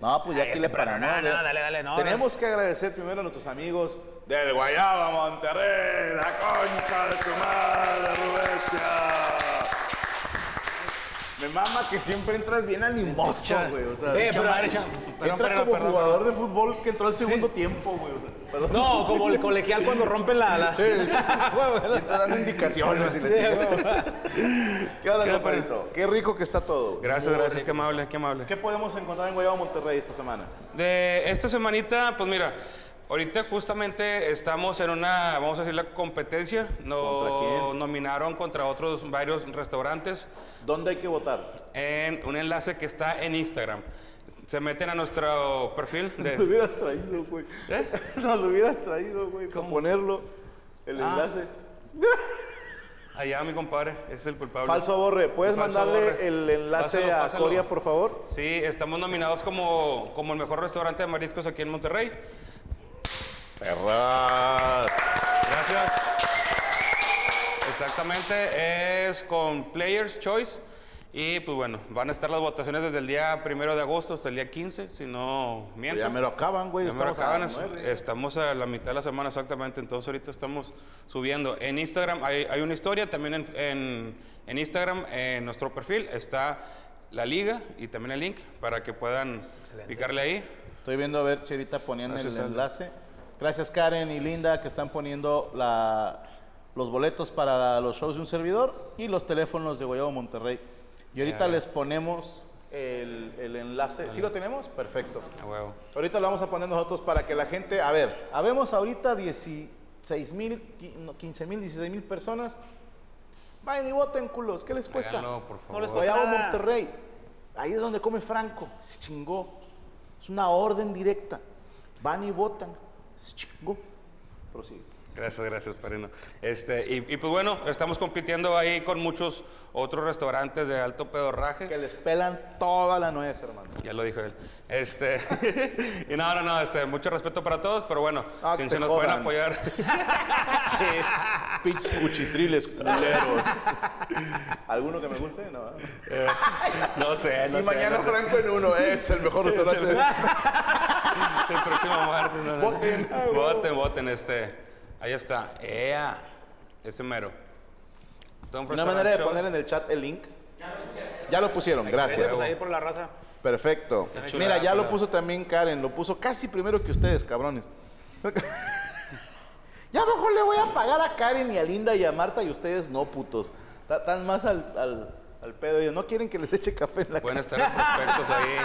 No, pues ya Ay, aquí le este paramos. programa, no, ya. dale, dale, no, Tenemos que agradecer primero a nuestros amigos del Guayaba Monterrey, la concha de tu madre, Rubestia. Me mama que siempre entras bien animoso, Cha- güey. O sea, Eh, pero, Chama- a ver, chama- entra perdón, perdón, como perdón, jugador perdón. de fútbol que entró al segundo tiempo, güey. O sea, perdón. No, como el colegial cuando rompen la. la... Y entra dando indicaciones y la Sí, chingada. ¿Qué onda, ¿Qué onda, compadrito? Qué rico que está todo. Gracias, gracias, qué amable, qué amable. ¿Qué podemos encontrar en Guayaba Monterrey esta semana? De esta semanita, pues mira, ahorita justamente estamos en una, vamos a decir, la competencia. Nos ¿Contra quién? nominaron contra otros varios restaurantes ¿Dónde hay que votar? en un enlace que está en Instagram. Se meten a nuestro perfil Lo de... hubieras traído, Este, güey. ¿eh? Nos lo hubieras traído, güey, para ponerlo. El Ah. enlace. Allá mi compadre, ese es el culpable. Falso borre, ¿puedes Falso mandarle borre. el enlace Pásalo, a pásalo. Coria, por favor? Sí, estamos nominados como, como el mejor restaurante de mariscos aquí en Monterrey. Gracias. Exactamente, es con Players Choice. Y pues bueno, van a estar las votaciones desde el día primero de agosto hasta el día 15, si no miento. Ya me lo acaban, güey. Ya me lo estamos a acaban, es- nueve. estamos a la mitad de la semana exactamente, entonces ahorita estamos subiendo. En Instagram hay, hay una historia, también en, en- en Instagram, en nuestro perfil, está la liga y también el link para que puedan picarle ahí. Estoy viendo a ver si ahorita ponían Gracias, el Aldo. enlace. Gracias Karen y Linda que están poniendo la- los boletos para los shows de un servidor y los teléfonos de Guayabo Monterrey. Y ahorita Ya. les ponemos el, el enlace. ¿Sí lo tenemos? Perfecto. A huevo. Ahorita lo vamos a poner nosotros para que la gente, a ver, habemos ahorita 16 mil, 15 mil, 16 mil personas. Vayan y voten, culos, ¿qué Pues, les cuesta? Háganlo, por favor. No les cuesta Guayabo nada. Monterrey. Ahí es donde come Franco. Se chingó. Es una orden directa. Van y votan. Se chingó. Prosigue. Gracias, gracias, Parino. Este, y, y, pues bueno, estamos compitiendo ahí con muchos otros restaurantes de alto Que pedorraje. les pelan toda la nuez, hermano. Ya lo dijo él. Este, y no, no, no, este, mucho respeto para todos, pero bueno, Ah, que si, se si nos pueden jodan. apoyar, Pinches cuchitriles culeros. ¿Alguno que me guste? No. ¿eh? ¿verdad? no sé, no y sé, mañana no sé. Franco en uno. eh, Es el mejor restaurante. El próximo martes. no, no, no. Voten. Voten, voten, este. Ahí está. ¡Ea! Ese mero. Tom Una Restaurant manera de Show. poner en el chat el link. Ya lo pusieron, gracias. Pues ahí por la raza. Perfecto. chulada, Mira, ya lo chulada. puso también Karen, lo puso casi primero que ustedes, cabrones. ya mejor le voy a pagar a Karen y a Linda y a Marta y ustedes no, putos. Ta- Tan más al, al, al pedo. Ellos no quieren que les eche café en la Pueden estar prospectos ahí.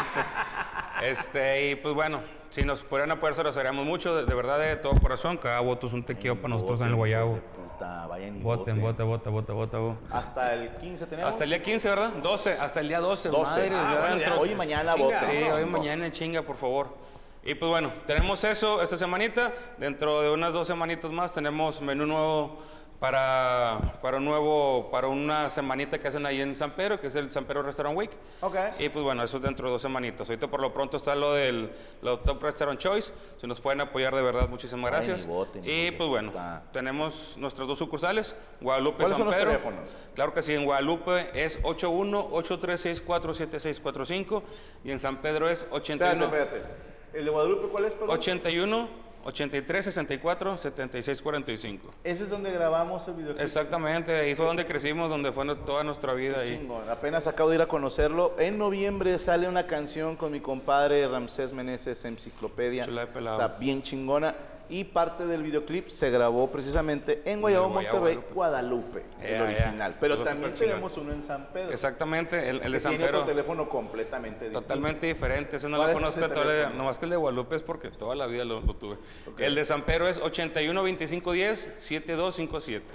Este, y pues bueno, si nos pudieran apoyar, se los haríamos mucho, de, de verdad, de todo corazón. Cada voto es un te quiero para nosotros en el Guayabo. Puta, vayan y Voten, voten, voten, voten, voten. voten. Hasta el 15 tenemos. Hasta el día 15, ¿verdad? 12, hasta el día 12. 12. madre, Ah, ya bueno, ya, dentro- hoy y mañana Chinga, voten. Sí, Vamos, hoy y vamos. mañana en chinga, por favor. Y pues bueno, tenemos eso esta semanita. Dentro de unas dos semanitas más tenemos menú nuevo para, para un nuevo, para una semanita que hacen ahí en San Pedro, que es el San Pedro Restaurant Week. Ok. Y pues bueno, eso es dentro de dos semanitas. Ahorita por lo pronto está lo del lo Top Restaurant Choice. Si nos pueden apoyar de verdad, muchísimas Vayan y gracias. voten, hijos y de pues bueno, puta. tenemos nuestras dos sucursales, Guadalupe ¿Cuáles San son los Pedro. teléfonos? Claro que sí, en Guadalupe es 81-8364-7645 y en San Pedro es Espérate, 81 espérate. ¿El de Guadalupe cuál es? perdón? 81 83 64 76 45. Ese es donde grabamos el video. Exactamente, ahí fue donde crecimos, donde fue no- toda nuestra vida. ahí. Chingón, apenas acabo de ir a conocerlo. En noviembre sale una canción con mi compadre Ramsés Meneses, Enciclopedia. Chula de pelado. Está bien chingona. Y parte del videoclip se grabó precisamente en Guayabo, En el Guayabo, Monterrey, Guadalupe, el Ya, ya. original. Pero Estuvo también súper chingón. tenemos uno en San Pedro. Exactamente, el, el que de San tiene Pedro. otro teléfono completamente distinto. Totalmente diferente, ese no ¿Cuál lo es ese conozco todavía, teléfono? nomás que el de Guadalupe es porque toda la vida lo, lo tuve. El de San Pedro es 81 25 10 7257.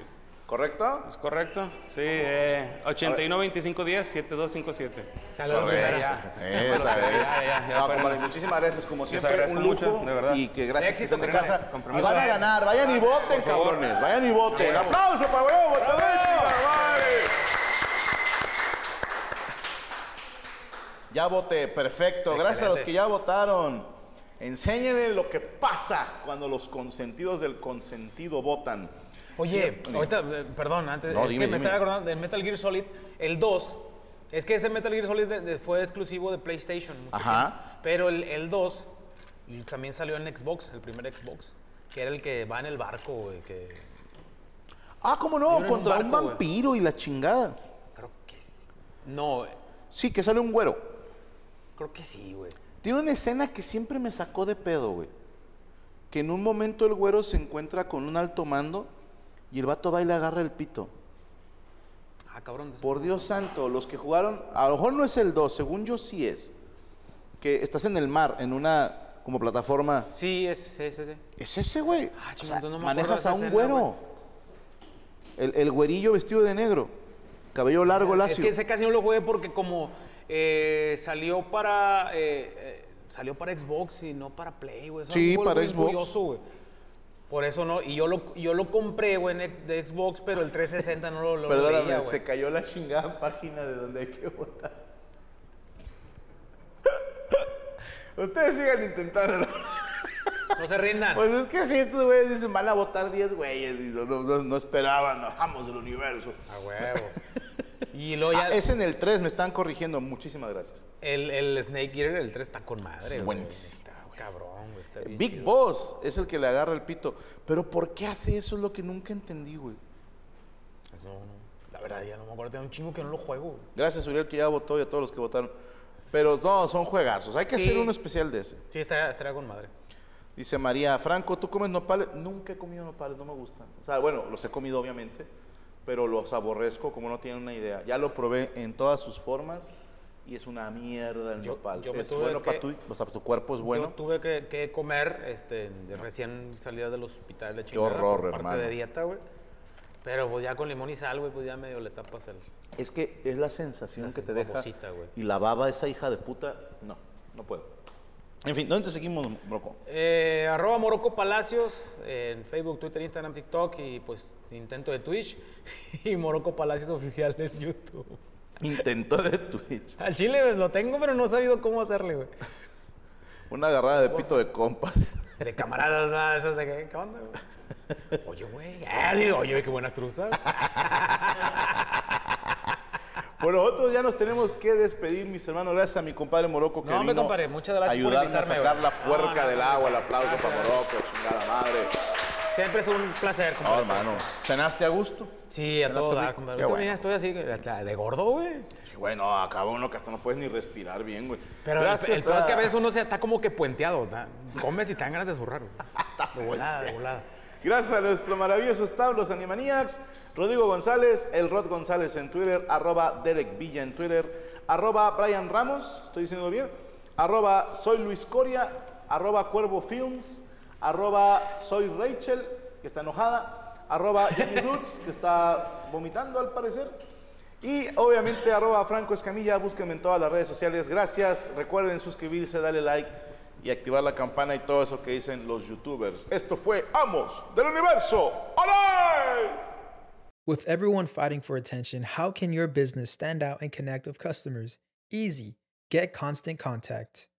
¿Correcto? ¿Es correcto? Sí, eh, 81 25 10 7257. Saludos, Pues, primera. ya. Eh, Bueno, está sí, bien. ya, ya, ya, No, para- compadre, muchísimas gracias, como siempre. agradezco un lujo, mucho, de verdad. Y que gracias que Éxito, están de compadre, casa. Y compromiso. van a ganar, vayan y voten, favor. cabrones. Vayan y voten. Bravo. ¡Aplauso para huevo! Ya voté, perfecto. Gracias a los que ya votaron. Enséñenle lo que pasa cuando los consentidos del consentido votan. Oye, ahorita, eh, perdón, antes, No, es dime, que dime. me estaba acordando del Metal Gear Solid, el 2, es que ese Metal Gear Solid de- de- fue exclusivo de PlayStation. mucho Ajá. tiempo. Pero el, el 2 también salió en Xbox, el primer Xbox, que era el que va en el barco, güey, que Ah, ¿cómo Yo no? era en un Contra un barco, güey. vampiro y la chingada. creo que s- no, Sí, que sale un güero. creo que sí, güey. Tiene una escena que siempre me sacó de pedo, güey. Que en un momento el güero se encuentra con un alto mando y el vato va y le agarra el pito. Ah, cabrón. de- Por Dios santo, los que jugaron, a lo mejor no es el 2, según yo sí es. Que estás en el mar, en una como plataforma. Sí, es ese, ese. Es ese, güey. Ah, O sea, chingón, no me acuerdo de manejas esa a un escena, güero. güey. El, el güerillo vestido de negro. Cabello largo, lacio. Es que ese casi no lo jugué porque como eh, salió para eh, eh, salió para Xbox y no para Play, güey. Eso Sí, algo, para güey, Xbox. curioso, güey. Por eso no, y yo lo, yo lo compré, güey, en ex- de Xbox, pero el 360 no lo, lo Perdóname, veía, güey. se cayó la chingada página de donde hay que votar. Ustedes sigan intentando. No se rindan. Pues es que sí, estos güeyes dicen, Van a votar 10 güeyes y no, no- no- no esperaban, nos vamos del universo. A huevo. Y luego ya "Ah, es en el 3, me están corrigiendo, muchísimas gracias. el, el Snake Eater, el 3 está con madre, güey. buenísimo, Está cabrón, güey. Está bien Big chido. Boss es el que le agarra el pito. Pero ¿por qué hace eso? Es lo que nunca entendí, güey. No, no. La verdad, ya no me acuerdo. Tengo un chingo que no lo juego. güey. Gracias, Uriel, que ya votó y a todos los que votaron. Pero no, son juegazos. Hay que Sí. hacer uno especial de ese. Sí, estaría, estaría con madre. Dice María, Franco, ¿tú comes nopales? Nunca he comido nopales, no me gustan. O sea, bueno, los he comido obviamente, pero los aborrezco como no tienen una idea. Ya lo probé en todas sus formas y es una mierda el Yo- nopal. yo me es tuve bueno que- para tu, o sea, tu cuerpo es bueno. Yo tuve que, que comer este, de recién salida del hospital, la chingada. horror, por parte hermano. de dieta, güey. Pero pues ya con limón y sal, güey, pues ya medio le tapas el... Es que es la sensación La que te sen- deja. babosita, güey. y la baba esa hija de puta, no, no puedo. En fin, ¿dónde te seguimos, Broco? Eh, arroba Morocco Palacios en Facebook, Twitter, Instagram, TikTok y pues intento de Twitch. Y Morocco Palacios oficial en YouTube. Intento de Twitch. Al chile pues, lo tengo, pero no he sabido cómo hacerle, güey. Una agarrada de pito de compas. De camaradas, nada, esas de que, ¿qué onda, güey? Oye, güey. Ah, sí, oye, qué buenas truzas. Bueno, nosotros ya nos tenemos que despedir, mis hermanos. Gracias a mi compadre Morocco que No, hombre, vino compadre, muchas gracias a por ayudarme a invitarme, sacar güey. la No, puerca no, del no, agua. El no. aplauso para Morocco, chingada madre. Siempre es un placer, compadre. No, hermano. ¿Cenaste a gusto? Sí, a todo está dar, rico. compadre. Qué Ahorita bueno. mira, estoy así, de de gordo, güey. Y Bueno, acá uno que hasta no puedes ni respirar bien, güey. Pero el- el peor a- es que a veces uno se está como que puenteado. ¿verdad? Comes y te dan ganas de zurrar, güey. De volada, de volada. Gracias a nuestro maravilloso staff, los Animaniacs, Rodrigo González, el Rod González en Twitter, arroba Derek Villa en Twitter, arroba Brian Ramos, estoy diciendo bien, arroba soy Luis Coria, arroba Cuervo Films, arroba soy Rachel, que está enojada, arroba Jenny Roots, que está vomitando al parecer. Y obviamente arroba Franco Escamilla, búsquenme en todas las redes sociales. Gracias, recuerden suscribirse, darle like y activar la campana y todo eso que dicen los youtubers. Esto fue Amos del Universo. ¡Arise! With everyone fighting for attention, how can your business stand out and connect with customers? Easy. Get Constant Contact.